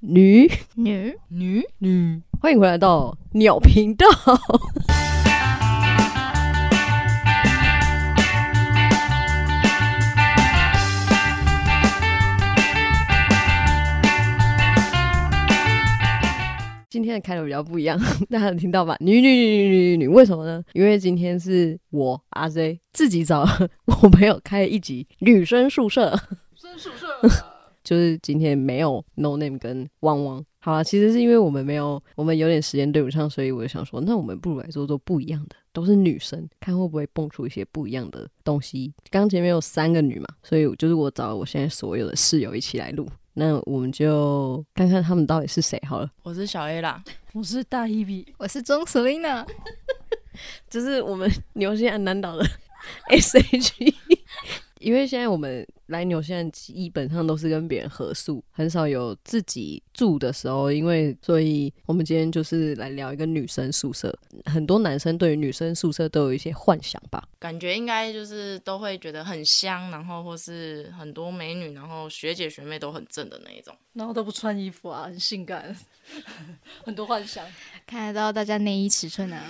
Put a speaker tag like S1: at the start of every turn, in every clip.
S1: 女，
S2: 女
S3: 女
S1: 嗯，欢迎回来到鸟频道。今天的开头比较不一样， 大家有听到吧？女女女女女女女，为什么呢？因为今天是我阿 Z 自己找我朋友开一集女生宿舍，就是今天没有 No Name 跟汪汪。好了，其实是因为我们没有，我们有点时间对不上，所以我就想说，那我们不如来做做不一样的，都是女生，看会不会蹦出一些不一样的东西。刚前面有三个女嘛，所以我就是我找了我现在所有的室友一起来录，那我们就看看他们到底是谁好了。
S3: 我是小 A 啦，我是大 E B，
S2: 我是钟 Selina，
S1: 就是我们 纽西兰南岛的 SHE，因为现在我们来纽西兰基本上都是跟别人合宿，很少有自己住的时候，因为所以我们今天就是来聊一个女生宿舍，很多男生对于女生宿舍都有一些幻想吧。
S3: 感觉应该就是都会觉得很香，然后或是很多美女，然后学姐学妹都很正的那一种。
S4: 然后都不穿衣服啊，很性感，很多幻想。
S2: 看得到大家内衣尺 寸啊。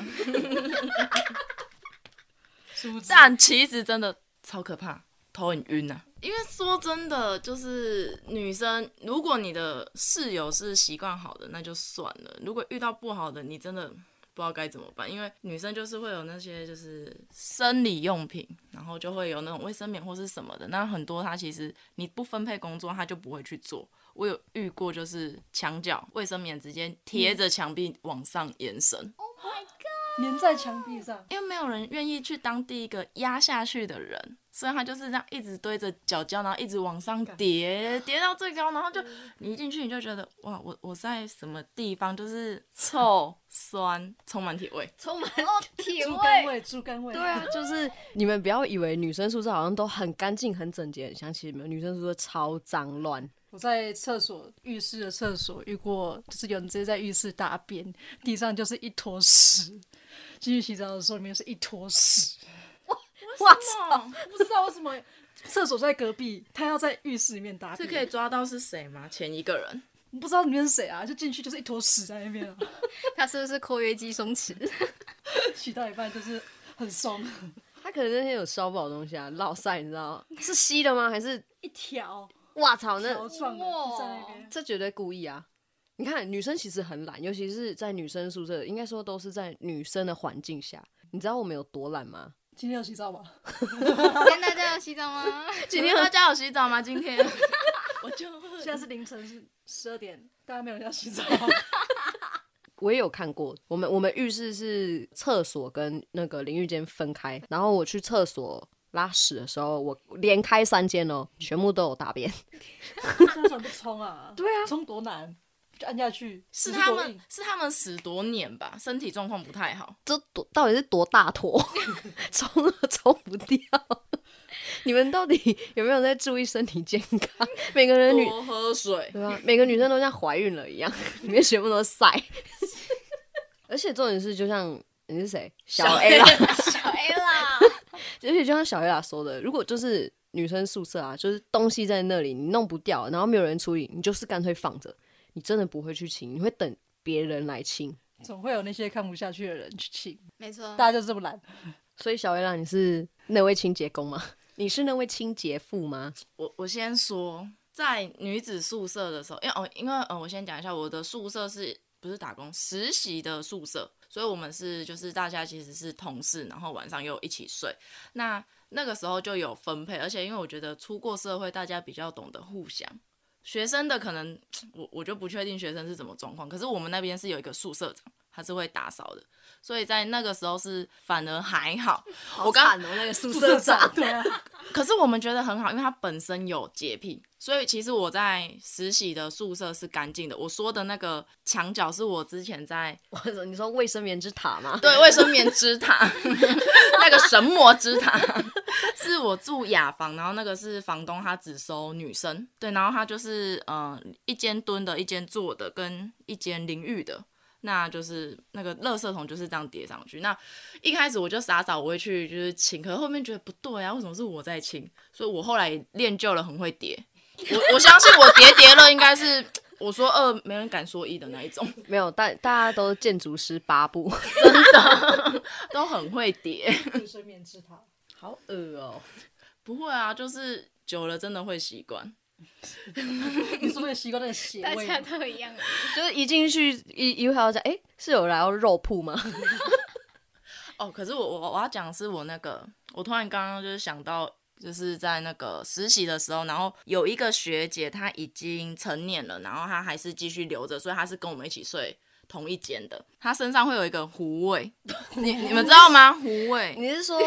S3: 但其实真的超可怕，头很晕啊。因为说真的，就是女生，如果你的室友是习惯好的，那就算了；如果遇到不好的，你真的不知道该怎么办。因为女生就是会有那些就是生理用品，然后就会有那种卫生棉或是什么的。那很多她其实你不分配工作，她就不会去做。我有遇过，就是墙角卫生棉直接贴着墙壁往上延伸，
S4: 粘在墙壁上，
S3: 因为没有人愿意去当第一个压下去的人，所以他就是这样一直堆着脚胶，然后一直往上叠，叠到最高，然后就你一进去你就觉得哇，我我在什么地方，就是臭、酸，充满体 味。
S1: 充满
S2: 体
S4: 猪肝味，猪肝味。
S1: 对啊，就是你们不要以为女生宿舍好像都很干净、很整洁，很香，其实没有，女生宿舍超脏乱。
S4: 我在厕所、浴室的厕所遇过，就是有人直接在浴室大便，地上就是一坨屎。进去洗澡的时候，里面是一坨屎。
S1: 哇
S3: 操！
S4: 我不知道为什么厕所在隔壁，他要在浴室里面大
S3: 这
S4: 便。
S3: 可以抓到是谁吗？前一个人，
S4: 不知道里面是谁啊，就进去就是一坨屎在那边啊，
S2: 他是不是括约肌松弛？
S4: 洗到一半就是很松，
S1: 他可能那天有烧不好东西啊，落晒，你知道是稀的吗？还是
S4: 一条
S1: 哇操那
S4: 条状的就在那边。
S1: 这绝对故意啊！你看，女生其实很懒，尤其是在女生宿舍，应该说都是在女生的环境下。你知道我们有多懒吗？
S4: 今天有洗澡吗？
S2: 今天大家有洗澡吗？
S3: 今天大家有洗澡吗？今天 我就会
S4: 现在是凌晨是十二点，大家没有人要洗 澡。
S1: 我也有看过，我们我们浴室是厕所跟那个淋浴间分开，然后我去厕所拉屎的时候，我连开三间哦，全部都有大便。
S4: 为什么不冲啊？
S1: 对啊
S4: 冲多难，就按下去。
S3: 是
S4: 直
S3: 他
S4: 播
S3: 们
S4: 硬
S3: 是他们死多年吧，身体状况不太好。
S1: 这多到底是多大坨， 冲都冲不掉。你们到底有没有在注意身体健康？每个人女
S3: 多喝水，
S1: 对啊，每个女生都像怀孕了一样， 里面全部都是塞。而且重点是，就像你是谁，小 A 啦，
S2: 小 A 啦，
S1: 而且就像小 A 啦说的，如果就是女生宿舍啊，就是东西在那里你弄不掉，然后没有人处理，你就是干脆放着，你真的不会去清，你会等别人来清。
S4: 总会有那些看不下去的人去请，
S2: 没错
S4: 大，家就这么懒。
S1: 所以小 A 啦，你是那位清洁工吗？ 你是那位清洁妇吗？
S3: 我我先说，在女子宿舍的时候，因为哦，因为呃，我先讲一下，我的宿舍是不是打工实习的宿舍，所以我们是就是大家其实是同事，然后晚上又一起睡。那那个时候就有分配，而且因为我觉得出过社会，大家比较懂得互相。学生的可能我我就不确定学生是怎么状况，可是我们那边是有一个宿舍长，他是会打扫的，所以在那个时候是反而还好。我刚
S1: 好惨哦 那个宿舍长，
S4: 对啊，
S3: 可是我们觉得很好，因为他本身有洁癖，所以其实我在实习的宿舍是干净的。我说的那个墙角是我之前在
S1: 我说你说卫生棉之塔吗？
S3: 对卫生棉之塔， 那个神魔之塔， 是我住雅房，然后那个是房东他只收女生，对，然后他就是呃一间蹲的，一间坐的，跟一间淋浴的。那就是那个垃圾桶就是这样叠上去。那一开始我就傻傻我会去就是清，可是后面觉得不对啊，为什么是我在清？所以我后来练就了很会叠。我我相信我叠叠乐应该是我说二，没人敢说一的那一种，
S1: 没有，大大家都建筑师八步，
S3: 都很会叠。
S4: 就睡眠之塔。
S1: 好恶哦、
S3: 不会啊，就是久了真的会习惯。
S4: 你是不是习惯那个血
S2: 大
S4: 味？
S2: 家都一样。
S1: 就是一进去一一会儿讲，哎、是有来到肉铺吗？
S3: 哦，可是我我我要讲的是我那个，我突然刚刚就是想到，就是在那个实习的时候，然后有一个学姐她已经成年了，然后她还是继续留着，所以她是跟我们一起睡同一间的。她身上会有一个狐味， 你你们知道吗？狐味
S1: 你是说，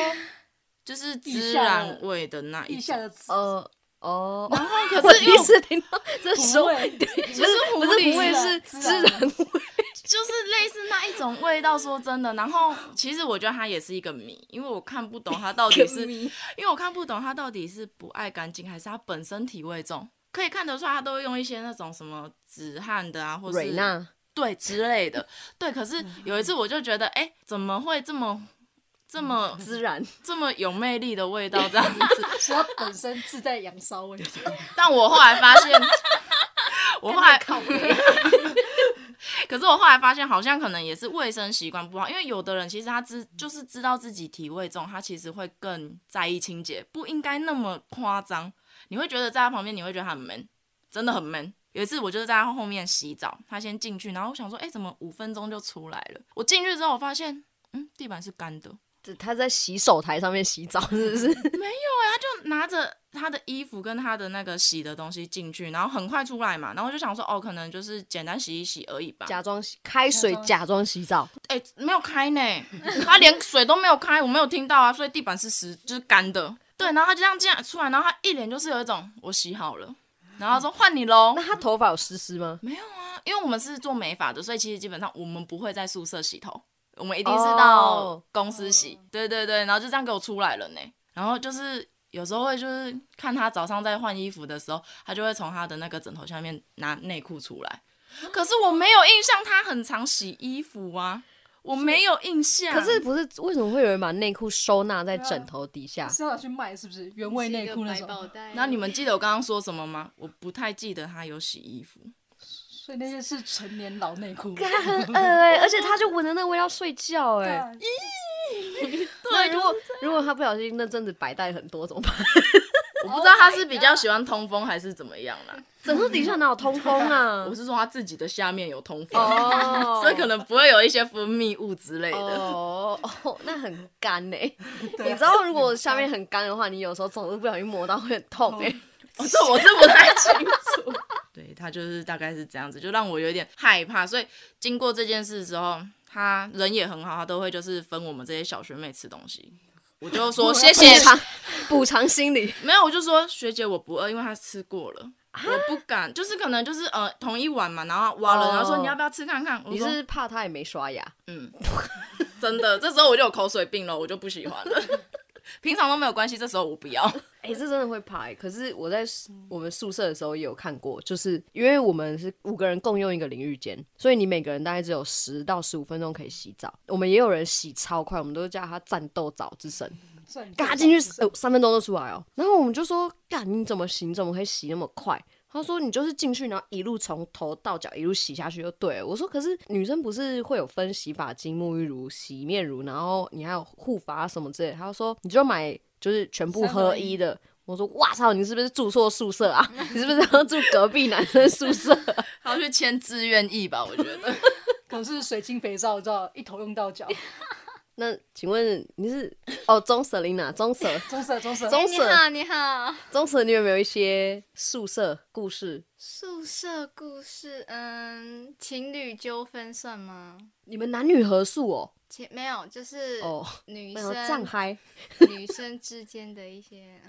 S3: 就是孜
S4: 地下的
S3: 然味的那一
S4: 腋下
S3: 种。
S4: 的刺
S1: 呃，哦，
S3: 然后可
S1: 我
S3: 是因
S1: 第
S3: 为
S1: 一
S3: 我
S1: 次听到 这
S4: 不
S1: 说，
S4: 会，
S3: 不是狐
S1: 不是
S3: 狸
S1: 不会
S4: 自
S1: 是
S4: 然
S1: 自然味，
S3: 就是类似那一种味道，说真的。然后其实我觉得它也是一个谜，因为我看不懂它到底是，因为我看不懂它到底是不爱干净，还是它本身体味重。可以看得出来，它都会用一些那种什么止汗的啊，或
S1: 瑞
S3: 是
S1: 娜
S3: 对之类的。对，可是有一次我就觉得，哎、怎么会这么这么
S1: 孜 然，
S3: 这么有魅力的味道这样子？
S4: 只要本身自带阳骚味。
S3: 但我后来发现，我后来 可是我后来发现，好像可能也是卫生习惯不好，因为有的人其实他知就是知道自己体味重，他其实会更在意清洁，不应该那么夸张。你会觉得在他旁边，你会觉得他很 man，真的很 man。有一次我就是在他后面洗澡，他先进去，然后我想说，哎、怎么五分钟就出来了？我进去之后，我发现，嗯，地板是干的，
S1: 他在洗手台上面洗澡，是不 是？
S3: 就拿着他的衣服跟他的那个洗的东西进去，然后很快出来嘛，然后我就想说，哦，可能就是简单洗一洗而已吧。
S1: 假装洗开水，假装洗澡，
S3: 哎、没有开呢，他连水都没有开，我没有听到啊，所以地板是湿，就是干的。对，然后他就这样进来出来，然后他一脸就是有一种我洗好了，然后他说换你喽
S1: 那。他头发有湿湿吗？
S3: 没有啊，因为我们是做美发的，所以其实基本上我们不会在宿舍洗头，我们一定是到
S1: 哦
S3: 公司洗。对对对，然后就这样给我出来了呢。然后就是有时候会就是看他早上在换衣服的时候，他就会从他的那个枕头下面拿内裤出来。可是我没有印象，他很常洗衣服啊，我没有印象。
S1: 可是不是为什么会有人把内裤收纳在枕头底 下？
S4: 是要拿去卖是不是？原味内裤那
S2: 是一个百宝
S4: 种，
S2: 袋
S3: 那你们记得我刚刚说什么吗？我不太记得他有洗衣服。
S4: 所以那些是成年老内 裤。
S1: 很恶哎、而且他就闻着那味道睡觉哎、
S4: 啊
S1: 那如果如果他不小心那阵子白带很多怎么办？
S3: 我不知道他是比较喜欢通风还是怎么样啦。
S1: 枕头底下哪有通风 啊
S3: 我？是说他自己的下面有通风，
S1: 哦，
S3: 所以可能不会有一些分泌物之类的。
S1: 哦哦，那很干哎、
S4: 对啊
S1: 你知道如果下面很干的话，你有时候总是不小心摸到会很痛哎、
S3: 哦 这我是不太清楚。 对他就是大概是这样子，就让我有点害怕。所以经过这件事之后，他人也很好，他都会就是分我们这些小学妹吃东西。我就说谢谢
S1: 补，偿补偿心理，
S3: 没有，我就说学姐我不饿，因为她吃过了。我不敢，就是可能就是呃同一碗嘛，然后挖了，
S1: 哦
S3: 然后说你要不要吃看看？我
S1: 你
S3: 说
S1: 是怕他也没刷牙？
S3: 嗯，真的，这时候我就有口水病了，我就不喜欢了。 平常都没有关系，这时候我不 要。
S1: 哎、这真的会怕、欸。可是我在宿我们宿舍的时候也有看过，就是因为我们是五个人共用一个淋浴间，所以你每个人大概只有十到十五分钟可以洗澡。我们也有人洗超快，我们都叫他战斗澡之神，嘎进去呃三分钟就出来哦。然后我们就说，干你怎么洗？你怎么可以洗那么快？他说：“你就是进去，然后一路从头到脚一路洗下去就对了。”我说：“可是女生不是会有分洗发精、沐浴乳、洗面乳，然后你还有护发什么之类的。”他就说：“你就买就是全部合一的。”我说：“哇操，你是不是住错宿舍 啊？你是不是要住隔壁男生宿舍 啊、
S3: 他去签志愿意吧，我觉得。
S4: 可能是水晶肥皂，你知道，一头用到 脚。
S1: 那请问你是哦棕 Selina 棕 Sel
S4: 棕色，棕色，
S1: 棕
S2: 哎你
S1: Sel
S2: 好，你好。
S1: 棕 Sel，你有没有一些宿舍故事？
S2: 宿舍故事，嗯，情侣纠纷算吗？
S1: 你们男女合宿哦？
S2: 情没有，就是
S1: 哦，
S2: 女
S1: 没有这样
S2: 生哦
S1: 嗨。
S2: 女生之间的一些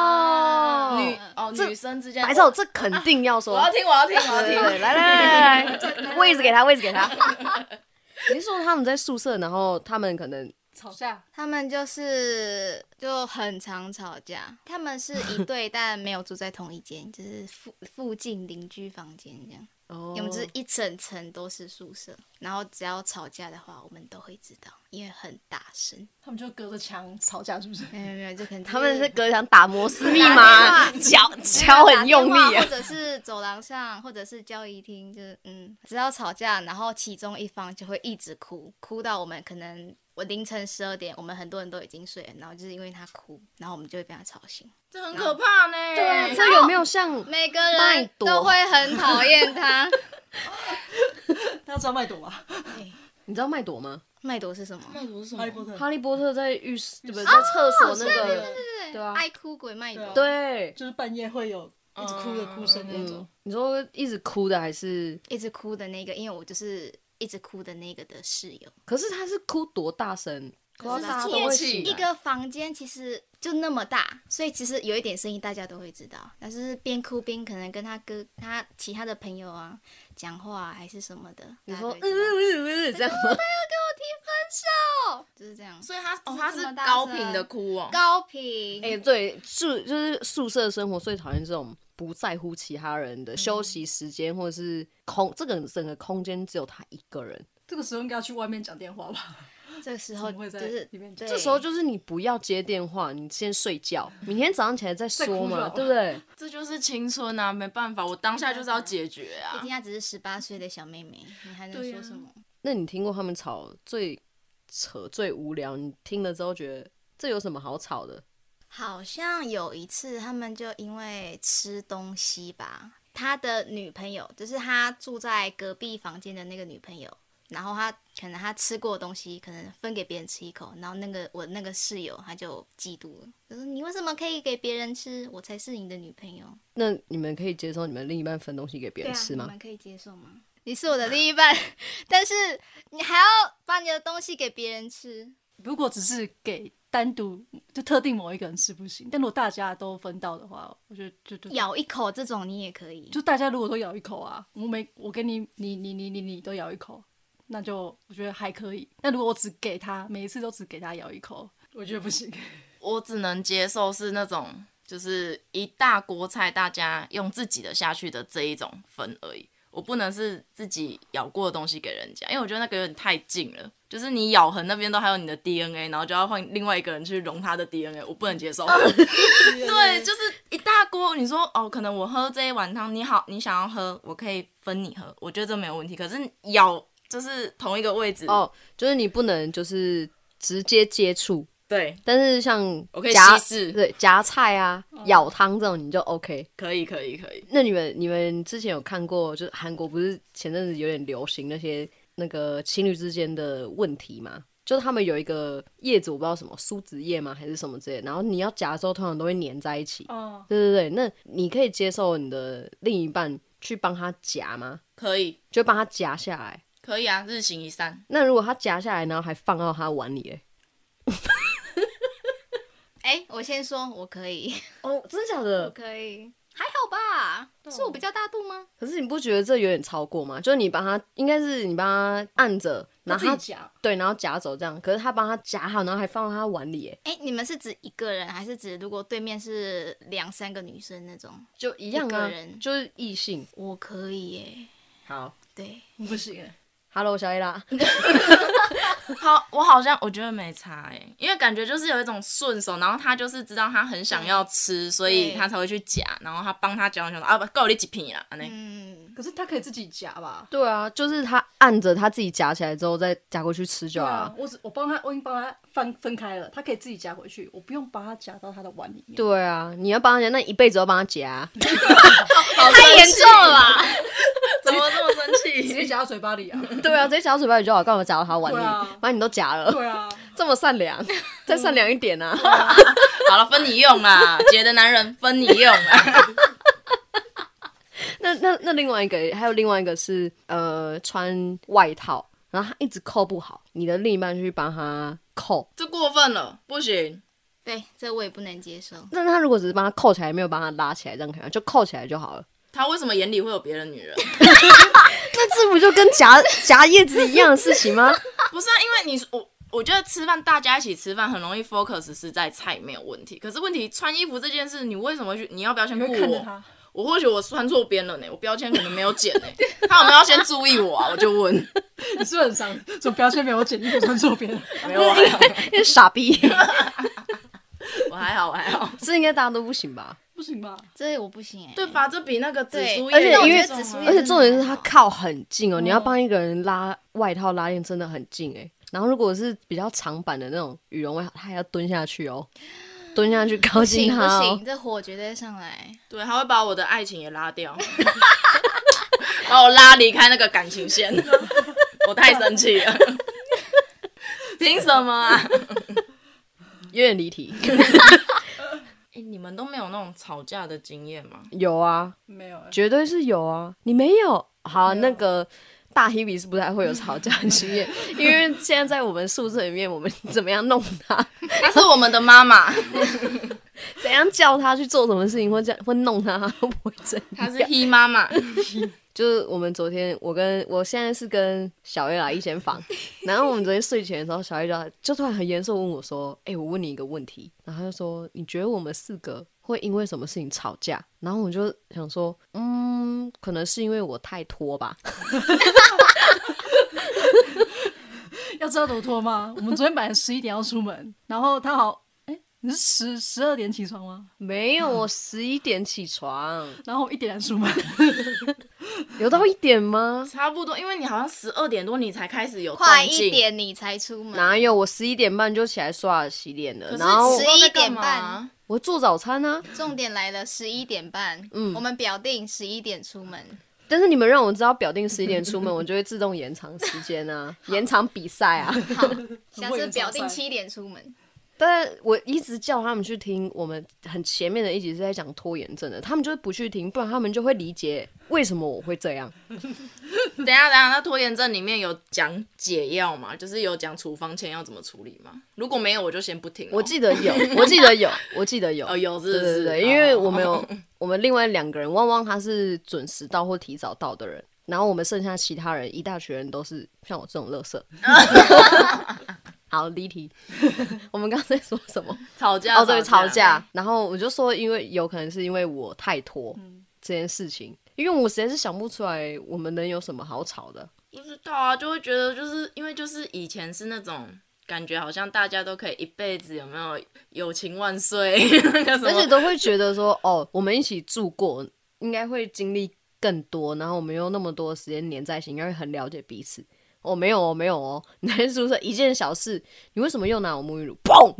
S1: 哦
S2: 啊
S3: 女哦，
S1: 这
S3: 女生之间，
S1: 白照这肯定要说。
S3: 我要听，我要听，我要
S1: 对
S3: 听
S1: 对。对，来来来来 来，位置给他，位置给他。你是说他们在宿舍，然后他们可能
S4: 吵架，
S2: 他们就是就很常吵架，他们是一对，但没有住在同一间，就是附附近邻居房间这样。
S1: 哦
S2: 你们知就是一整层都是宿舍，然后只要吵架的话，我们都会知道，因为很大声。
S4: 他们就隔着墙吵架，是不是？
S3: 嗯
S2: 没有没有，就可能就
S1: 他们是隔墙打摩斯密
S2: 打
S1: 码，
S2: 电
S1: 脚
S2: 没有
S1: 脚
S2: 打
S1: 很
S2: 电
S1: 用
S2: 话
S1: 力啊
S2: 或。者是走廊上，或者是交易厅，就是嗯，只要吵架，然后其中一方就会一直哭，哭到我们可能我凌晨十二点，我们很多人都已经睡了，然后就是因为他哭，然后我们就会被他吵醒。
S3: 这很可怕呢。对啊
S1: 这有没有像
S2: 每个
S1: 麦
S2: 人
S1: 朵
S2: 都会很讨厌 他。
S4: 他要知道麦朵吧？
S1: 你知道麦朵吗？
S2: 麦朵是什么？
S3: 那不是什
S4: 哈利波
S2: 嗯
S3: 么？
S4: 特，
S1: 哈利波特在浴室，对不对？在
S2: 哦
S1: 厕所那个，对啊，
S2: 爱哭鬼麦朵。
S4: 对
S1: 对，
S4: 就是半夜会有一直哭的哭声那种
S1: 嗯。，你说一直哭的还是？
S2: 一直哭的那个，因为我就是一直哭的那个的室友。
S1: 可是他是哭多大声？哭到
S2: 是
S1: 大家都会醒来
S2: 一个房间其实就那么大，所以其实有一点声音大家都会知道。但是边哭边可能跟他哥、他其他的朋友啊讲话啊还是什么的，
S1: 你
S2: 大家
S1: 说
S2: 都会
S1: 嗯
S2: 知道
S1: 嗯嗯这样吗？
S2: 就是这样。
S3: 所以他哦，他是
S2: 这么大声
S3: 高频的哭哦。
S2: 高频，
S1: 哎、对，宿就是宿舍生活最讨厌这种不在乎其他人的
S2: 嗯
S1: 休息时间，或者是空这个整个空间只有他一个人。
S4: 这个时候应该要去外面讲电话吧？
S2: 这个时候
S4: 怎么会
S2: 就
S4: 在
S2: 是
S4: 里面
S2: 对
S1: 这时候就是你不要接电话，你先睡觉，明天早上起来再
S4: 再
S1: 说
S4: 哭就
S1: 嘛，
S4: 好
S1: 对不对？
S3: 这就是青春啊，没办法，我当下就是要解决
S2: 毕
S3: 啊
S2: 竟。她只是十八岁的小妹妹，你还能
S3: 对
S2: 说
S3: 啊
S2: 什么？
S1: 那你听过他们吵最扯、最无聊，你听了之后觉得这有什么好吵的？
S2: 好像有一次，他们就因为吃东西吧，他的女朋友就是他住在隔壁房间的那个女朋友，然后他可能他吃过的东西，可能分给别人吃一口，然后那个我那个室友他就嫉妒了，就说你为什么可以给别人吃，我才是你的女朋友，
S1: 那你们可以接受你们另一半分东西给别人吃
S2: 啊你
S1: 吗？
S2: 们可以接受吗？你是我的另一半，但是你还要把你的东西给别人吃，
S4: 如果只是给单独就特定某一个人是不行，但如果大家都分到的话，我觉得就就
S2: 咬一口这种你也可以，
S4: 就大家如果都咬一口啊，我每我给你你你你你你都咬一口，那就我觉得还可以。但如果我只给他每一次都只给他咬一口，我觉得不行。
S3: 我只能接受是那种，就是一大锅菜，大家用自己的下去的这一种分而已。我不能是自己咬过的东西给人家，因为我觉得那个有点太近了。就是你咬痕那边都还有你的 DNA，然后就要换另外一个人去融他的 DNA，我不 能接受。对，就是一大锅。你说哦，可能我喝这一碗汤，你好，你想要喝，我可以分你喝，我觉得这没有问题。可是咬就是同一个位置，
S1: 哦，就是你不能就是直接接触，
S3: 对，
S1: 但是像
S3: 我可以
S1: 夹
S3: 稀释
S1: 对夹菜啊、舀汤这种你就 OK。
S3: 可以，可以，可以。
S1: 那你们你们之前有看过，就是韩国不是前阵子有点流行那些那个情侣之间的问题吗？就是他们有一个叶子，我不知道什么苏子叶吗还是什么之类的，然后你要夹的时候，通常都会粘在一起。
S4: 嗯，
S1: 对对对，那你可以接受你的另一半去帮他夹吗？
S3: 可以，
S1: 就帮他夹下来。
S3: 可以啊，日行一善。
S1: 那如果他夹下来，然后还放到他碗里、欸，
S2: 哎、我先说我可以。
S1: 哦，真的假的？
S2: 可以，还好吧？是我比较大度吗？
S1: 可是你不觉得这有点超过吗？就是你把它，应该是你帮他按着，然后
S4: 自己
S1: 他
S4: 夹，
S1: 对，然后夹走这样。可是他帮他夹好，然后还放到他碗里，哎，
S2: 哎、你们是指一个人，还是指如果对面是两三个女生那种？
S1: 就一样
S2: 一
S1: 啊
S2: 个，人
S1: 就是异性。
S2: 我可以耶。
S1: 好
S2: 对，
S4: 我不行欸。
S1: ，Hello，小 A 啦，
S3: 好，我好像我觉得没差哎、因为感觉就是有一种顺手，然后他就是知道他很想要吃，所以他才会去夹，然后他帮他夹，我想说啊不够你几片啦，那、
S2: 嗯，
S4: 可是他可以自己夹吧？
S1: 对啊，就是他按着他自己夹起来之后再夹过去吃就
S4: 对
S1: 好了。
S4: 啊，我只我帮他，我已经帮他分分开了，他可以自己夹回去，我不用把它夹到他的碗里面。
S1: 对啊，你要帮他夹，那你一辈子都帮他夹，啊
S2: 太严重了吧？
S3: 怎么这么生
S4: 直接
S3: 气？
S4: 夹到嘴巴里啊！
S1: 对啊，直接夹到嘴巴里就好，干嘛夹到他碗里？
S4: 对啊
S1: 反正你都夹了，
S4: 对啊，
S1: 这么善良，再善良一点啊！
S3: 好了，分你用 啦，姐的男人分你用啦。
S1: 那那那另外一个还有另外一个是呃穿外套，然后他一直扣不好，你的另一半去帮他扣。
S3: 这过分了，不行。
S2: 对，这我也不能接受。
S1: 那他如果只是帮他扣起来，没有帮他拉起来，这样可以吗？就扣起来就好了。
S3: 他为什么眼里会有别的女人？
S1: 那这不就跟夹夹叶子一样的事情吗？
S3: 不是啊，因为你我我觉得吃饭大家一起吃饭很容易 focus 是在菜没有问题，可是问题穿衣服这件事，你为什么去？你要不要先
S4: 你
S3: 顾
S4: 会看着
S3: 我？
S4: 他，
S3: 我或许我穿错边了呢，我标签可能没有剪呢，他有没有要先注意我啊？我就问，
S4: 你是不是很 常从标签没有剪，衣服穿错边？
S3: 没有啊，
S1: 傻逼，
S3: 我还好，我还好，
S1: 这应该大家都不行吧？
S4: 不行吧？
S2: 这我不行哎、
S3: 对吧？这比那个紫苏
S2: 对
S3: 叶
S1: 而且因为
S3: 重啊
S2: 紫苏叶
S1: 而且重点是他靠很近哦，
S4: 嗯
S1: 你要帮一个人拉外套拉链真的很近哎、然后如果是比较长版的那种羽绒外套，他还要蹲下去哦，蹲下去靠
S2: 不
S1: 近
S2: 行
S1: 他、
S2: 不
S1: 哦。
S2: 行，这火绝对上来。
S3: 对，他会把我的爱情也拉掉， 把我拉离开那个感情线， 我太生气了， 凭什么啊？
S1: 有点离题。
S3: 哎、你们都没有那种吵架的经验吗？
S1: 有啊，
S4: 没有、欸，
S1: 绝对是有啊。你没有？好，那个大 Hebe 是不太会有吵架的经验，因为现在在我们宿舍里面，我们怎么样弄他，
S3: 她是我们的妈妈，
S1: 怎样叫他去做什么事情，或这样或弄他，他都不会这样。
S3: 她是 he 妈妈，
S1: 就是我们昨天，我跟我现在是跟小月来一间房，然后我们昨天睡前的时候，小月就就突然很严肃地问我说：“哎、我问你一个问题。”然后她就说：“你觉得我们四个会因为什么事情吵架？”然后我就想说：“嗯，可能是因为我太拖吧。”
S4: 要知道多拖吗？我们昨天本来十一点要出门，然后他好，哎、你是十十二点起床吗？
S1: 没有，我十一点起床，
S4: 然后我一点才出门，
S1: 有到一点吗？
S3: 差不多，因为你好像十二点多你才开始有动
S2: 快一
S3: 静，
S2: 点你才出门，
S1: 哪有？我十一点半就起来刷牙洗脸了，
S3: 可是
S1: 然后
S2: 十
S3: 11
S2: 点半
S1: 我做早餐啊。
S2: 重点来了，十一点半，
S1: 嗯
S2: 我们表定十一点出门，
S1: 但是你们让我知道表定十一点出门， 我就会自动延长时间 啊，延长比赛 啊。
S2: 下
S4: 会
S2: 次
S4: 很
S2: 表
S4: 早
S2: 定
S4: 上
S2: 七点出门，
S1: 但我一直叫他们去听我们很前面的一集是在讲拖延症的，他们就是不去听，不然他们就会理解为什么我会这样。
S3: 等一下等一下，那拖延症里面有讲解药吗？就是有讲处方前要怎么处理吗？如果没有，我就先不听哦、
S1: 我记得有，我记得有，我记 得有。
S3: 哦有是
S1: 对
S3: 不
S1: 对
S3: 是
S1: 对，因为
S3: 哦
S1: 我们有 我们另外两个人，汪汪他是准时到或提早到的人，然后我们剩下其他人一大群人都是像我这种乐 色。好，离 题。我们刚刚在说什么？
S3: 吵架
S1: 哦，对，吵，架。然后我就说，因为有可能是因为我太拖这件事情，因为我实在是想不出来我们能有什么好吵的。
S3: 不知道啊，就会觉得就是因为就是以前是那种感觉，好像大家都可以一辈子有没有友情万岁 那个 什
S1: 而且
S3: 么，
S1: 都会觉得说，哦，我们一起住过，应该会经历更多，然后我们又那么多时间黏在一起，应该会很了解彼此。哦，没有哦，没有哦， 你在宿舍一件小事，你为什么又拿我沐浴乳？砰！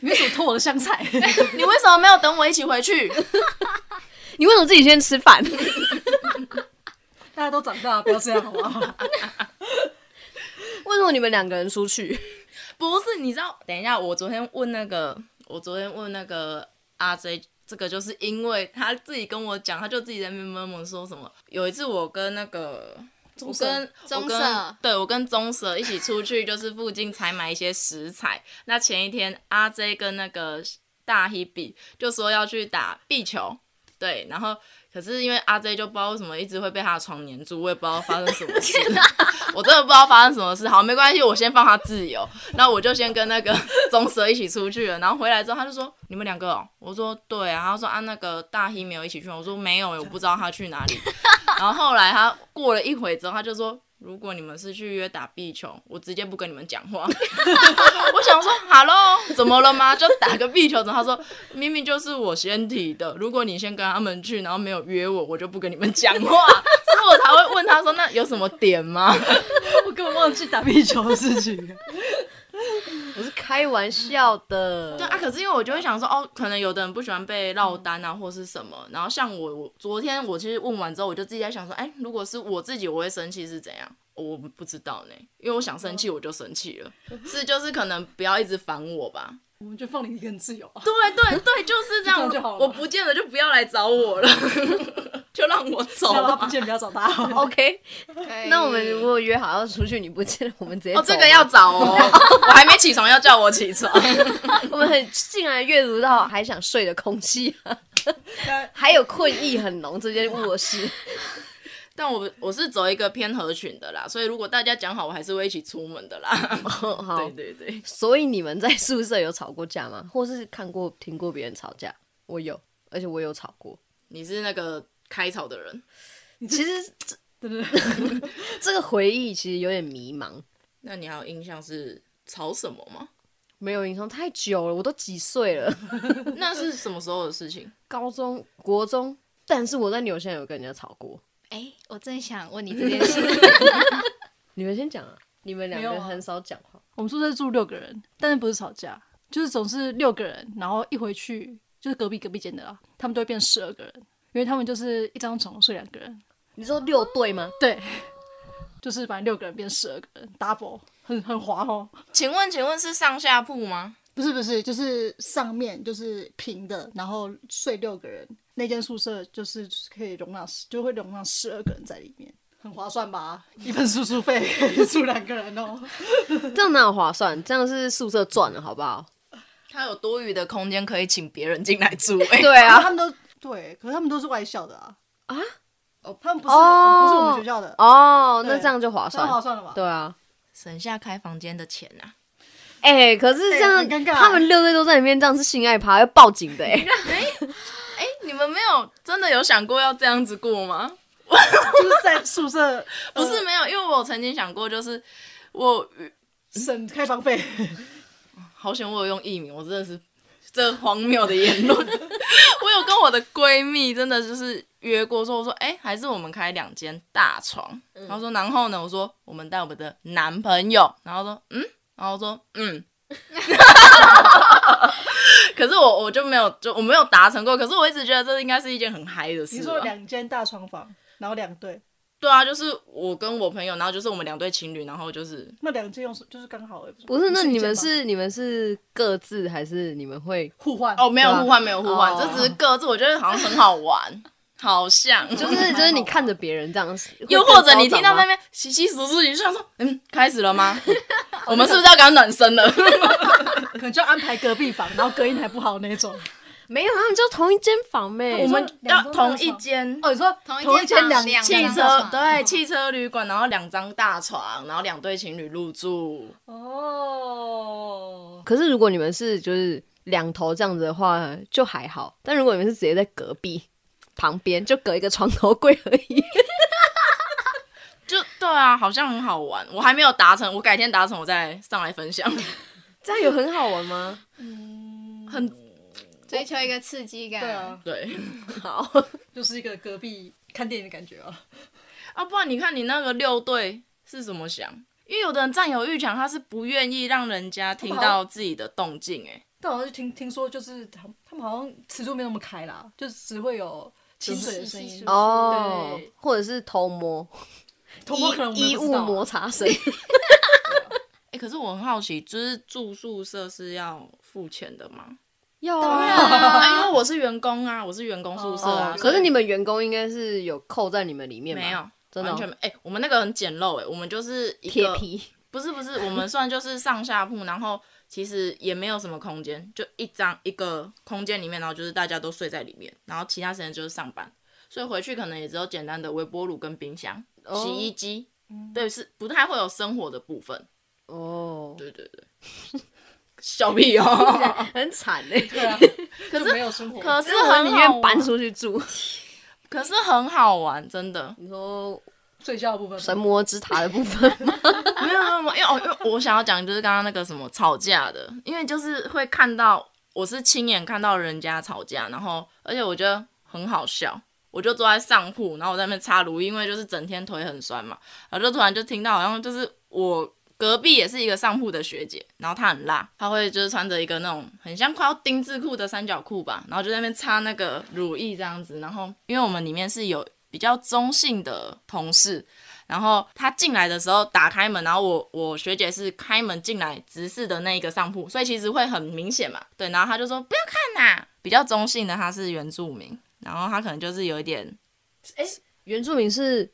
S4: 你为什么偷我的 香菜？
S3: 你为什么没有等我一起回去？
S1: 你为什么自己先吃饭？
S4: 大家都长大了，不要这样好不 好？
S1: 为什么你们两个人出去？
S3: 不是，你知道？等一下，我昨天问那个，我昨天问那个阿 J，这个就是因为他自己跟我讲，他就自己在那边闷闷说什么。有一次我跟那个。我跟我
S2: 棕
S3: 跟
S2: 色
S3: 对我跟棕蛇一起出去，就是附近采买一些食材。那前一天阿 J 跟那个大 Hebe 就说要去打壁球，对，然后可是因为阿 J 就不知道为什么一直会被他的床黏住，我也不知道发生什么事，我真的不知道发生什么事。好，没关系，我先放他自由。那我就先跟那个 棕蛇一起出去了，然后回来之后他就说你们两个、哦，我说对啊，他说啊那个大黑没有一起去吗，我说没有，我不知道他去哪里。然后后来他过了一会之后，他就说。如果你们是去约打壁球，我直接不跟你们讲话。我想说，Hello，怎么了吗？就打个壁球。然后他说，明明就是我先提的，如果你先跟他们去，然后没有约我，我就不跟你们讲话，所以我才会问他说，那有什么点吗？
S4: 我根本忘记打壁球的事情了。
S1: 我是开玩笑的。
S3: 对啊，可是因为我就会想说，哦，可能有的人不喜欢被落单啊，或是什么。然后像我，我昨天我其实问完之后，我就自己在想说，哎，如果是我自己，我会生气是怎样？我不知道呢，因为我想生气我就生气了，是就是可能不要一直烦我吧。
S4: 我们就放你一个人自由啊。
S3: 对对对，就是这
S4: 这
S3: 样。
S4: 样就好了
S3: 我不见了就不要来找我了， 就让我走啊
S4: 叫他不
S3: 吧。
S4: 见，不要找他。
S1: OK，那我们
S2: 可以
S1: 如果约好要出去，你不见，我们直接
S3: 哎哦，
S1: 走啊
S3: 这
S1: 吧
S3: 个要找 哦，我还没起床，要叫我起床。
S1: 我们很竟然阅读到还想睡的空气、啊还有困意很浓这件卧室。
S3: 但我我是走一个偏合群的啦，所以如果大家讲好，我还是会一起出门的啦。
S1: 哦好，
S3: 对对对，
S1: 所以你们在宿舍有吵过架吗？或是看过、听过别人吵架？我有，而且我有吵过。
S3: 你是那个开吵的人，
S1: 其实
S4: 对不对？
S1: 这个回忆其实有点迷茫，
S3: 那你还有印象是吵什么吗？
S1: 没有印象，太久了，我都几岁了，
S3: 那是什么时候的事情？
S1: 高中、国中。但是我在纽西兰有跟人家吵过。
S2: 哎、我正想问你这件 事，
S1: 你们先讲啊，你们两
S4: 没
S1: 个
S4: 有啊
S1: 很少讲话。
S4: 我们宿舍住六个人，但是不是吵架，就是总是六个人，然后一回去就是隔壁隔壁间的啦，他们都会变十二个人，因为他们就是一张床睡两个人，
S1: 你说六对吗？
S4: 对， 就是反正六个人变十二个人，double 很很滑哦。
S3: 请问，请问是上下铺吗？
S4: 不是不是，就是上面就是平的，然后睡六个人，那间宿舍就是可以容纳十，就会容纳十二个人在里面，很划算吧？一份 住宿费住两个人哦。
S1: 这样哪有划算？这样是宿舍赚了，好不好？
S3: 他有多余的空间可以请别人进来住、欸？
S1: 对
S4: 然后
S1: 啊，
S4: 他们都对，可是他们都是外校的啊
S1: 啊
S4: 哦，他们不是、
S1: 哦
S4: 不是我们学校的，
S1: 哦，那
S4: 对
S1: 这样就划
S4: 太划
S1: 算。
S4: 算了吧？
S1: 对啊，
S3: 省下开房间的钱啊！
S1: 哎、可是这样、
S4: 哎很尴尬
S1: 他们六对都在里面，这样是性爱趴，要报警的哎、
S3: 哎、你们没有真的有想过要这样子过吗？
S4: 就是在宿舍呃
S3: 不是没有，因为我曾经想过，就是我
S4: 省开房费，
S3: 好险我有用艺名，我真的是这荒谬的言论。 我有跟我的闺蜜真的就是约过说，我说哎、还是我们开两间大床。然后说然后呢，我说我们带我们的男朋友，然后说嗯，然后我说嗯。 可是我我就没有就我没有达成过，可是我一直觉得这应该是一件很嗨的事吧。
S4: 你说两间大床房，然后两对，
S3: 对啊，就是我跟我朋友，然后就是我们两对情侣，然后就是
S4: 那两间用是就是刚好而已
S1: 不
S4: 不
S1: 是，那
S4: 一
S1: 你
S4: 间
S1: 们
S4: 吧
S1: 是你们是各自还是你们会？
S4: 互换
S3: 哦，没有互换，没有互换，
S1: 哦
S3: 这只是各自，我觉得好像很好玩， 好像
S1: 就。是就是你看着别人这样，会
S3: 又或者你
S1: 更高涨
S3: 听到
S1: 吗
S3: 那边稀稀疏疏，你就想说，嗯，开始了吗？我们是不是要赶快暖身了？
S4: 可能就安排隔壁房，然后隔音还不好那种。
S1: 没有，他们就同一间房妹，
S3: 我们 要
S4: 两张
S3: 同
S4: 大床
S3: 一间
S4: 哦，你说
S2: 同一
S4: 同一
S2: 间
S4: 间
S2: 房
S4: 两
S2: 两
S4: 间
S3: 汽
S2: 张大
S3: 车，
S2: 床
S3: 对，汽车旅馆，然后两张大床，然后两对情侣入住，
S4: 哦，
S1: 可是如果你们是就是两头这样子的话，就还好；但如果你们是直接在隔壁旁边，就隔一个床头柜而已。
S3: 就对啊，好像很好玩。我还没有达成，我改天达成我再上来分享。
S1: 这样有很好玩吗？
S3: 很
S2: 追求一个刺激感。
S4: 对啊，
S3: 对
S1: 好，
S4: 就是一个隔壁看电影的感觉啊。
S3: 啊，不然你看你那个六队是怎么想？因为有的人占有欲强，他是不愿意让人家听到自己的动静、欸，
S4: 但好像就听听说，就是他们他们好像尺度没那么开啦，就只会有清水的声
S2: 稀稀
S4: 音
S2: 疏疏
S1: 哦
S4: 对，
S1: 或者是偷摸、
S4: 头发可能我们
S1: 衣
S4: 也不
S1: 物
S4: 知道啊
S1: 摩擦 声，
S3: 哎、可是我很好奇，就是住宿舍是要付钱的吗？
S1: 要
S3: 啊，因为我是员工啊，我是员工宿舍啊。
S1: 哦
S4: 哦
S1: 可是你们员工应该是有扣在你们里面吗？
S3: 没有，
S1: 真的哦
S3: 完全没。哎、我们那个很简陋哎、我们就是一
S1: 铁
S3: 个，
S1: 皮
S3: 不是不是，我们算就是上下铺，然后其实也没有什么空间，就一张一个空间里面，然后就是大家都睡在里面，然后其他时间就是上班，所以回去可能也只有简单的微波炉跟冰箱、
S1: 哦嗯
S3: 洗衣机，对，是不太会有生活的部分。
S1: 哦，
S3: 对对对，小屁哦，
S1: 很惨哎。
S4: 对啊，可是没有生活，
S3: 可是
S1: 我
S3: 很
S1: 宁
S3: 好
S1: 愿搬
S3: 玩，
S1: 出去住。
S3: 可是很好玩，真的。
S1: 你说
S4: 睡觉的部分
S1: 神魔之塔的部分 吗？
S3: 没有没有，没有因为哦，因为我想要讲就是刚刚那个什么吵架的，因为就是会看到，我是亲眼看到人家吵架，然后而且我觉得很好笑，我就坐在上铺，然后我在那边擦乳液，因为就是整天腿很酸嘛，然后就突然就听到好像就是我。隔壁也是一个上铺的学姐，然后她很辣，她会就是穿着一个那种很像快要丁字裤的三角裤吧，然后就在那边擦那个乳液这样子。然后因为我们里面是有比较中性的同事，然后他进来的时候打开门，然后我我学姐是开门进来直视的那一个上铺，所以其实会很明显嘛。对，然后他就说不要看呐、比较中性的他是原住民，然后他可能就是有一点
S1: 原住民是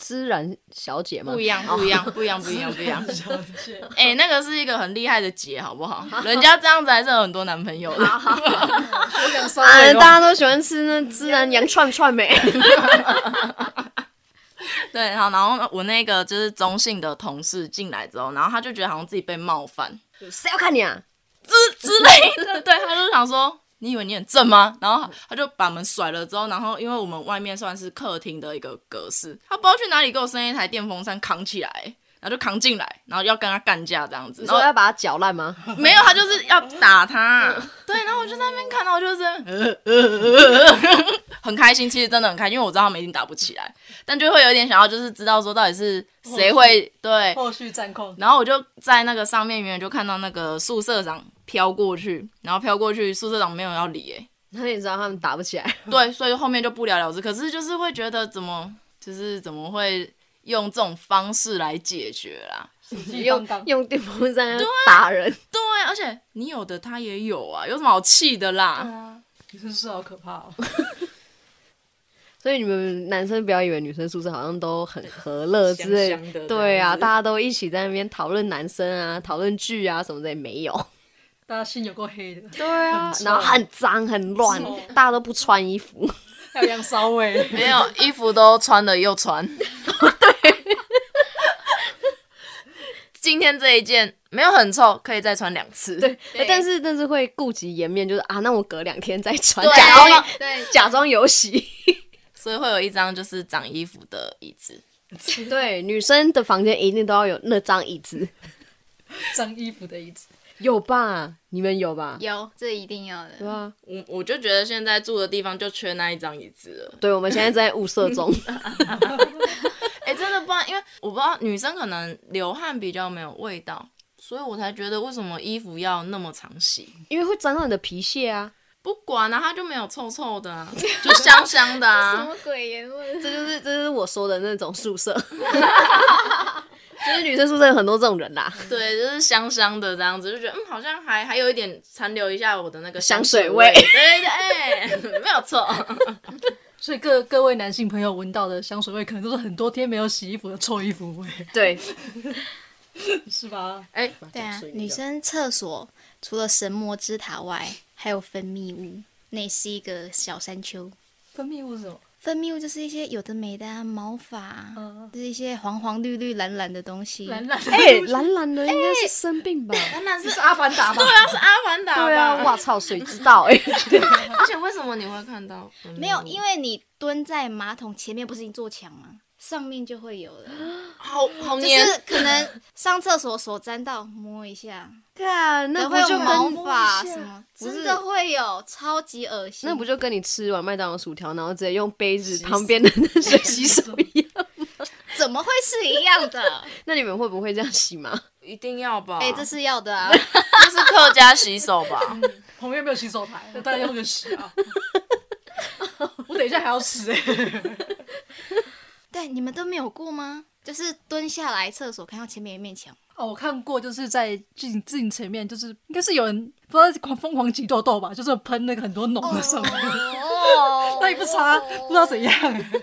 S1: 孜然小姐吗？
S3: 不一样，不一样，不一样，不一 样，不一样。
S4: 小姐，
S3: 哎、那个是一个很厉害的姐，好不好？人家这样子还是有很多男朋友的。
S4: 我想稍
S1: 哎，
S4: 微
S1: 大家都喜欢吃那孜然羊串串 没？
S3: 对，然后然后我那个就是中性的同事进来之后，然后他就觉得好像自己被冒犯，
S1: 谁要看你啊？
S3: 之之类的，对，他就想说你以为你很正吗？”然后他就把门甩了之后，然后因为我们外面算是客厅的一个格式，他不知道去哪里给我伸一台电风扇扛起来。然后就扛进来，然后要跟他干架这样子，
S1: 你
S3: 然后
S1: 说要把嗯它搅烂吗？
S3: 没有，他就是要打他。对，然后我就在那边看到，就是呃呃呃呃很开心，其实真的很开心，因为我知道他们一定打不起来，但就会有点想要就是知道说到底是谁
S1: 嗯
S3: 会对。
S4: 后续战况。
S3: 然后我就在那个上面远远就看到那个宿舍长飘过去，然后飘过去，宿舍长没有要理、 欸，
S1: 那你知道他们打不起来，
S3: 对，所以后面就不了了之。可是就是会觉得怎么就是怎么会用这种方式来解决啦？
S1: 用用电风扇
S3: 啊
S1: 打人，
S3: 对，而且你有的他也有啊，有什么好气的啦？
S4: 啊，你真是好可怕哦！
S1: 所以你们男生不要以为女生宿舍好像都很和乐之类
S3: 香香的
S1: 对
S3: 这
S1: 啊，
S3: 样子
S1: 大家都一起在那边讨论男生啊，讨论剧啊什么的，也没有。
S4: 大家心有够黑的，
S1: 对啊， 然后很脏很乱
S4: 臭，
S1: 大家都不穿衣服。
S4: 还有杨骚味，
S3: 没有，衣服都穿了又 穿。今天这一件没有很臭，可以再穿两次。对，
S1: 欸 但是但是会顾及颜面，就是啊，那我隔两天再穿，
S3: 对
S1: 假装
S2: 对，
S1: 假装有洗。
S3: 所以会有一张就是长衣服的椅子。
S1: 对，女生的房间一定都要有那张椅子，
S4: 脏衣服的椅子，
S1: 有吧？你们有吧？
S2: 有这一定要
S1: 对
S2: 的。
S1: 啊，
S3: 我我就觉得现在住的地方就缺那一张椅子了。
S1: 对，我们现在在物色中，
S3: 哎、真的不然，因为我不知道女生可能流汗比较没有味道，所以我才觉得为什么衣服要那么常洗。
S1: 因为会沾到你的皮屑啊。
S3: 不管啊，它就没有臭臭的啊， 就香香
S2: 什
S3: 的 啊。
S2: 么鬼言论？
S1: 这就是这就是我说的那种宿舍， 就是女生宿舍有很多这种人啦，
S3: 对，就是香香的这样子，就觉得嗯，好像还还有一点残留一下我的那个
S1: 香
S3: 水
S1: 水味
S3: 对对对，没有错。
S4: 所以各各位男性朋友闻到的香水味，可能都是很多天没有洗衣服的臭衣服味，
S1: 对，
S4: 是吧？
S3: 哎、
S2: 对啊，女生厕所除了神魔之塔外，还有分泌物，那也是一个小山丘。
S4: 分泌物是什么？
S2: 分泌物就是一些有的没的、啊、毛发啊、
S4: 嗯
S2: 就是一些黄黄绿绿蓝蓝的东西。
S4: 蓝蓝的，
S1: 哎、蓝蓝的应该是生病吧？
S3: 当然是
S4: 是阿凡达吗？
S3: 对啊，是阿凡达吧
S1: 对啊，哇操，谁知道 哎、
S3: 而且为什么你会看到？嗯
S2: 没有，因为你蹲在马桶前面，不是一座墙吗？上面就会有了，
S3: 好好
S2: 就
S3: 黏，
S2: 是可能上厕所手沾到摸一下，
S1: 看啊那不
S2: 会有
S1: 就
S2: 毛
S1: 跟
S2: 发什么，
S1: 是
S2: 真的会有，超级恶心。
S1: 那不就跟你吃完麦当劳薯条，然后直接用杯子旁边的那水洗手一样？
S2: 怎么会是一 样的？
S1: 那你们会不会这样洗吗？
S3: 一定要吧？
S2: 哎、这是要的啊，
S3: 这是客家洗手吧？
S4: 旁边没有洗手台，那当然用个洗啊。我等一下还要吃哎、
S2: 对，你们都没有过吗？就是蹲下来厕所，看到前面有一面墙，
S4: 哦，我看过，就是在镜镜前面，就是应该是有人不知道狂疯狂挤痘痘吧，就是喷那个很多脓在上面，
S2: 哦，
S4: 那也不擦，不知道怎样、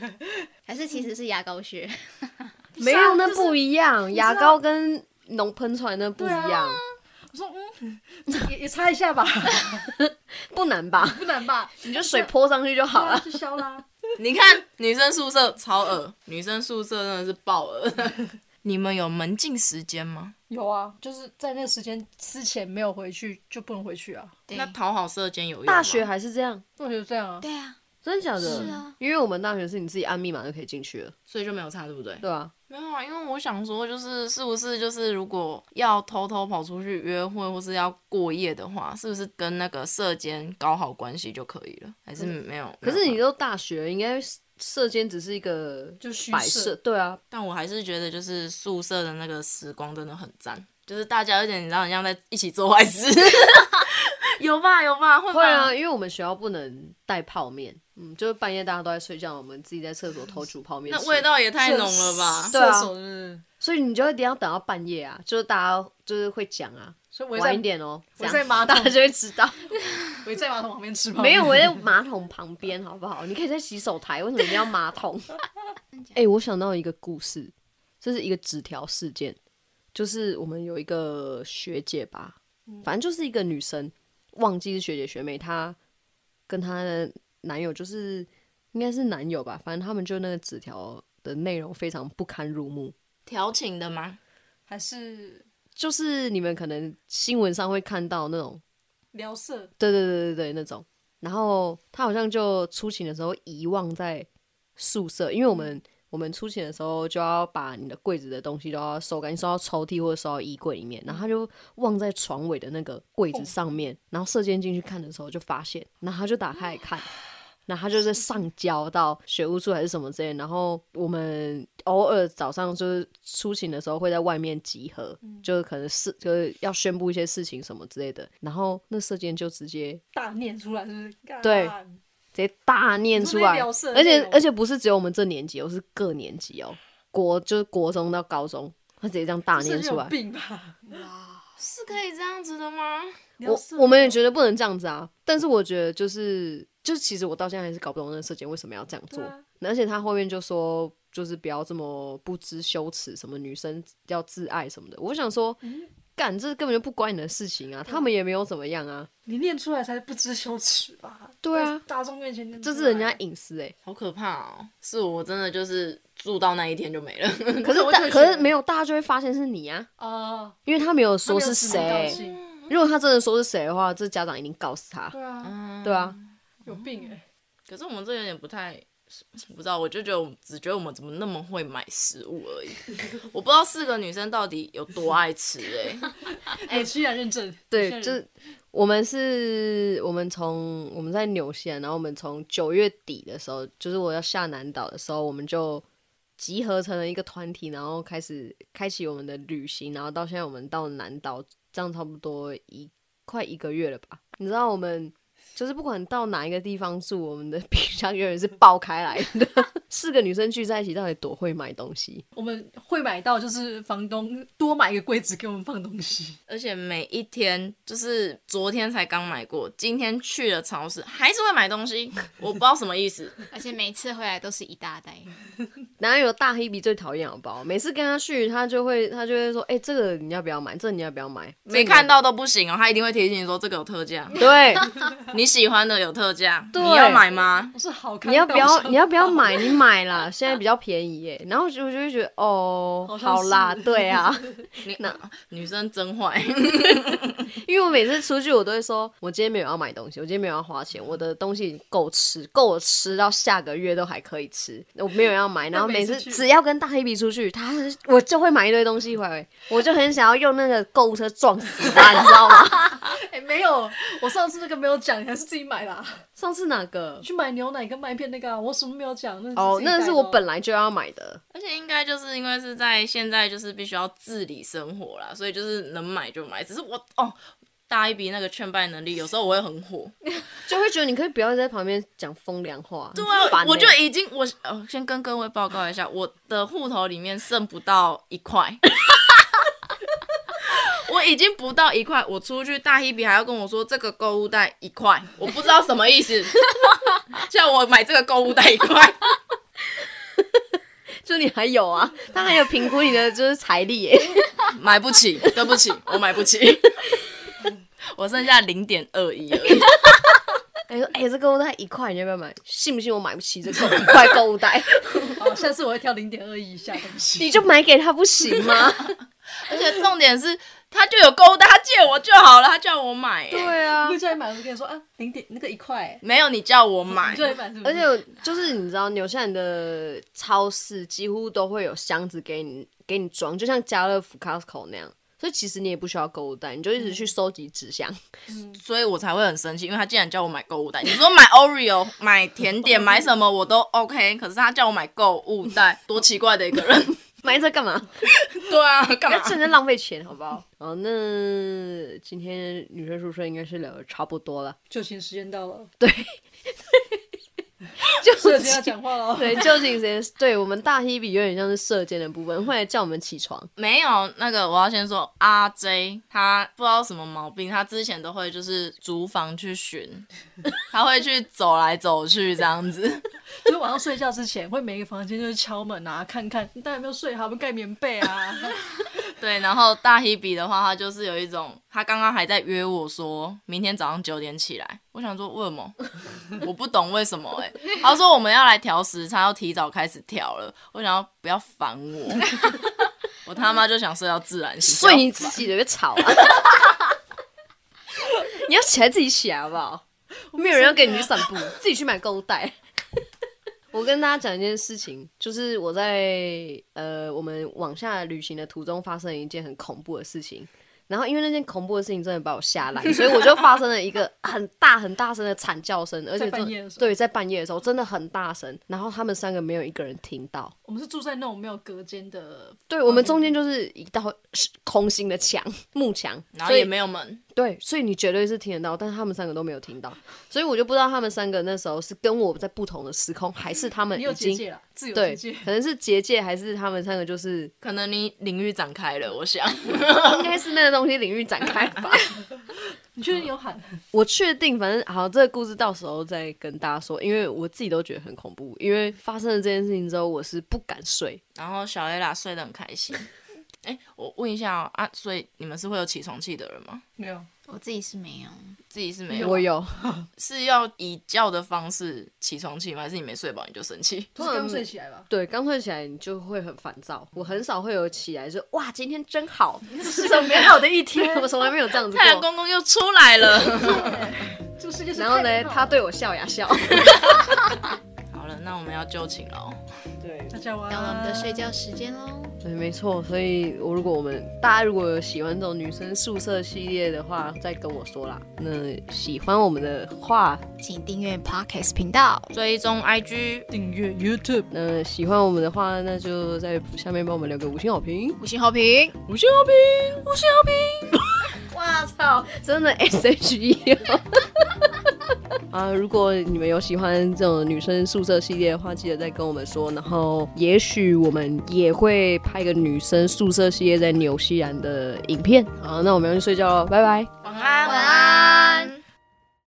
S2: 还是其实是牙膏屑，
S1: 没有，那不一样，牙膏跟脓喷出来那不一样，
S4: 我说嗯，也也擦一下吧，
S1: 不难吧？
S4: 不难吧？
S1: 你就水泼上去就好
S4: 啊，
S1: 了。
S4: 就消啦。
S3: 你看女生宿舍超恶，女生宿舍真的是爆恶。 你们有门禁时间吗？
S4: 有啊，就是在那个时间之前没有回去就不能回去啊。
S2: 对
S3: 那讨好射间有用吗
S1: 大学还是这样，
S4: 我觉得这样啊，
S2: 对啊，
S1: 真的假的？
S2: 是啊，
S1: 因为我们大学是你自己按密码就可以进去了，
S3: 所以就没有差，对不对？
S1: 对吧、
S3: 没有啊，因为我想说，就是是不是就是如果要偷偷跑出去约会或是要过夜的话，是不是跟那个射间搞好关系就可以了？还是没有？
S1: 可
S3: 没
S1: 是
S3: 有
S1: 你都大学，应该射间只是一个
S4: 就虚
S1: 摆
S4: 设
S1: 设，对啊，
S3: 但我还是觉得就是宿舍的那个时光真的很赞，就是大家有点你知道，很像在一起做 坏事。有吧有吧，会吧
S1: 会啊，因为我们学校不能带泡面，嗯，就是半夜大家都在睡觉，我们自己在厕所偷煮泡面
S3: 那
S1: 吃
S3: 味道也太浓了吧？
S1: 对啊
S4: 射手是
S1: 所以你就一定要等到半夜啊，就是大家就是会讲啊，
S4: 所以围在
S1: 晚一点哦、这
S4: 围
S1: 样
S4: 在马 桶
S1: 大家就会知道。
S4: 围在马桶旁边吃泡面
S1: 没有，我在马桶旁边，好不好？你可以在洗手台，为什么一定要马桶？ 哎、我想到一个故事，这是一个纸条事件，就是我们有一个学姐吧，反正就是一个女生，忘记是学姐学妹，她跟她的男友就是应该是男友吧，反正他们就那个纸条的内容非常不堪入目，
S3: 调情的吗？
S4: 还是
S1: 就是你们可能新闻上会看到那种
S4: 聊色，
S1: 对对对对对，那种。然后他好像就出勤的时候遗忘在宿舍，因为我们我们出勤的时候就要把你的柜子的东西都要收干净，收到抽屉或者收到衣柜里面，然后他就忘在床尾的那个柜子上面，然后射箭进去看的时候就发现，然后他就打开来看。然后他就是上交到学务处还是什么之类的，然后我们偶尔早上就是出勤的时候会在外面集合，就是可能是就是要宣布一些事情什么之类的，然后那射箭就直接
S4: 大念出来是不是？干
S1: 对直接大念出来
S4: 你说那些聊色，的
S1: 而且
S4: 内容
S1: 而且不是只有我们这年级哦，是各年级哦，国就是国中到高中，他直接这样大念
S4: 是
S1: 出
S4: 有
S1: 来。
S4: 病吧？
S3: 是可以这样子的吗？
S4: 聊
S1: 我
S4: 色
S1: 我们也觉得不能这样子啊，但是我觉得就是就是，其实我到现在还是搞不懂那个射箭为什么要这样做。
S4: 对啊
S1: 而且他后面就说，就是不要这么不知羞耻，什么女生要自爱什么的。我想说，
S4: 嗯
S1: 干、这根本就不关你的事情啊，他们也没有怎么样啊，
S4: 你念出来才不知羞耻吧？
S1: 对啊
S4: 在大众面前念出
S1: 这
S4: 来，
S1: 是人家隐私哎、
S3: 好可怕哦！是我真的就是住到那一天就没了。
S1: 可是
S4: 我
S1: 大
S4: 就
S1: 可
S4: 觉
S1: 是
S4: 得
S1: 没有，大家就会发现是你啊，
S4: 啊，
S1: 因为他没有
S4: 他
S1: 说
S4: 没有
S1: 是
S4: 指名道
S1: 谁。
S4: 姓
S1: 如果他真的说是谁的话，这家长一定告诉他，
S4: 对啊，
S3: 嗯
S1: 对啊，
S4: 有病哎，
S3: 可是我们这有点不太，不知道，我就觉得我只觉得我们怎么那么会买食物而已，我不知道四个女生到底有多爱吃 哎、
S4: 哎，居然认证，
S1: 嗯对
S4: 有些，人
S1: 就是我们是，我们从我们在纽西兰，然后我们从九月底的时候，就是我要下南岛的时候，我们就集合成了一个团体，然后开始开启我们的旅行，然后到现在我们到南岛，这样差不多一快一个月了吧？你知道我们。就是不管到哪一个地方住，我们的 冰箱永远是爆开来的。四个女生聚在一起，到底多会买东西？
S4: 我们会买到，就是房东多买一个柜子给我们放 东西，
S3: 而且每一天就是昨天才刚买过，今天去了超市还是会买东 西，我不知道什么意 思。
S2: 而且每次回来都是一大袋，
S1: 哪有大黑比最讨厌好不好？每次跟他去，他就会他就会说，哎、这个你要不要买？这个你要不要买？
S3: 没看到都不行哦，他一定会提醒你说这个有特价，
S1: 这个你要。对，
S3: 你喜欢的有特价，
S1: 对
S3: 你要买吗？
S4: 我是好看
S1: 你要
S4: 到
S1: 不 要
S4: 想
S1: 你要不要买？你买啦，现在比较便宜耶。然后我就我就会觉得，哦，
S4: 好像
S1: 好啦，
S4: 是
S1: 对啊，
S3: 你女生真坏，
S1: 因为我每次出去，我都会说，我今天没有要买东西，我今天没有要花钱，我的东西已经够吃，够我吃到下个月都还可以吃，我没有要买。然后每次
S4: 每次去
S1: 只要跟大黑比出去，他我就会买一堆东西回来，我就很想要用那个购物车撞死他，你知道吗？
S4: 哎、没有，我上次那个没有讲，你还是自己买啦。
S1: 上次哪个？
S4: 去买牛奶跟麦片那个、啊，我什么没有讲？那
S1: 哦，那是我本
S4: 来
S1: 来就要买的。
S3: 而且应该就是因为是在现在就是必须要自理生活啦，所以就是能买就买。只是我哦，大一比那个劝败能力，有时候我会很火。
S1: 就会觉得你可以不要在旁边讲风凉话，对
S3: 对啊，我就
S1: 得
S3: 已经我呃，先跟各位报告一下，我的户头里面剩不到一块。我已经不到一块，我出去大黑比还要跟我说这个购物袋一块，我不知道什么意思，叫我买这个购物袋一块。
S1: 就你还有 啊，他还有评估你的就是财力 耶，
S3: 买不 起，对不起，我买不起。 我剩下零点二一而已，
S1: 哎说哎、这购物袋一块，你要不要买？信不信我买不起这购一块购物 袋，
S4: 哦，下次我会挑零点二一以下东西。
S1: 你就买给他不行吗？
S3: 而且重点是他就有购物袋，他借我就好了，他叫我买、欸
S1: 对啊
S4: 会。叫你买，我就跟你说啊，零点那个一块、呃欸，
S3: 没有你叫我买
S4: 你，叫你买是不
S1: 而
S4: 是？
S1: 且我就是你知道，纽西兰的超市几乎都会有箱子给你给你装，就像家乐福、Costco 那样，所以其实你也不需要购物袋，你就一直去收集纸箱。
S3: 所以我才会很生气，因为他竟然叫我买购物袋。你说买 Oreo、买甜点、买什么我都 OK，可是他叫我买购物 袋，多奇怪的一个人。
S1: 买这干嘛？
S3: 对啊，
S1: 不
S3: 干嘛
S1: 要？趁着浪费 钱，好不好？好，哦那今天女生宿舍应该是聊的差不多了。
S4: 就寝时间到了，
S1: 就
S4: 射箭要
S1: 是
S4: 讲话了。
S1: 对，就近时间，对我们大 Hebe 有点像是射箭的部分，会来叫我们起床。
S3: 没有那个，我要先说阿 J，他不知道什么毛病，他之前都会就是租房去巡， 他会去走来走去这样子。
S4: 就是晚上睡觉之前，会每个房间就是敲门啊，看看大家有没有睡好，有没有盖棉被啊。
S3: 对，然后大 Hebe 的话，他就是有一种，他刚刚还在约我说明天早上九点起来，我想说为什么？我不懂为什么哎、他说我们要来调时差，要提早开始调了，我想要不要烦我，我他妈就想睡到自然醒，
S1: 睡
S3: 不要
S1: 你自己的，别吵啊！你要起来自己起来好不好？没有人要跟你去 散步，自己去买购物袋。我跟大家讲一件事情，就是我在呃我们往下旅行的途中发生了一件很恐怖的事情。然后因为那件恐怖的事情真的把我吓烂，所以我就发生了一个很大很大声的惨叫声，而且真
S4: 在半夜的时候
S1: 对在半夜的时候真的很大声。然后他们三个没有一个人听到，
S4: 我们是住在那种没有隔间的，
S1: 对我们中间就是一道空心的墙 木墙，
S3: 然后
S1: 所以
S3: 也没有门，
S1: 对，所以你绝对是听得到，但是他们三个都没有听到，所以我就不知道他们三个那时候是跟我在不同的时空，还是他们
S4: 你有
S1: 已
S4: 结
S1: 经
S4: 界了，自由
S1: 对
S4: 结界，，
S1: 可能是结界，还是他们三个就是
S3: 可能你领域展开了，我想。
S1: 应该是那个东西领域展开吧。
S4: 你确定有喊？
S1: 我确定，反正好，这个故事到时候再跟大家说，因为我自己都觉得很恐怖，因为发生了这件事情之后，我是不敢睡。
S3: 然后小 A 啦睡得很开心。哎、我问一下、哦、啊，所以你们是会有起床气的人吗？
S4: 没有，
S2: 我自己是没有，
S3: 自己是没
S4: 啊
S3: 有，啊
S1: 我有，
S3: 是要以叫的方式起床气吗？还是你没睡饱你就生 气？
S4: 就是刚睡起来吧。
S1: 对，刚睡起来你就会很烦躁，我很少会有起来就哇，今天真 好，是个美好的一天，我从来没有这样子
S3: 太阳
S1: 过。
S3: 公公又出来了。
S4: 这个世界是
S1: 然后呢
S4: 太美，好了
S1: 他对我笑呀笑。
S3: 好了，哦那我们要就寝喽。
S4: 大家晚
S2: 到了我们的
S4: 安，
S2: 睡觉时间喽。
S1: 对，没错。所以，我如果我们大家如果有喜欢这种女生宿舍系列的话，再跟我说啦。那喜欢我们的话，
S2: 请订阅 Podcast 频道，
S3: 追踪 IG，
S4: 订阅 YouTube。
S1: 那喜欢我们的话，那就在下面帮我们留个五星好评。
S2: 五星好评。
S1: 五星好评，五星好评！ 哇操，真的 S H E 啊！如果你们有喜欢这种女生宿舍系列的话，记得再跟我们说。然后，也许我们也会拍个女生宿舍系列在纽西兰的影片。好，那我们要去睡觉喽，拜拜。
S3: 晚安，
S2: 晚安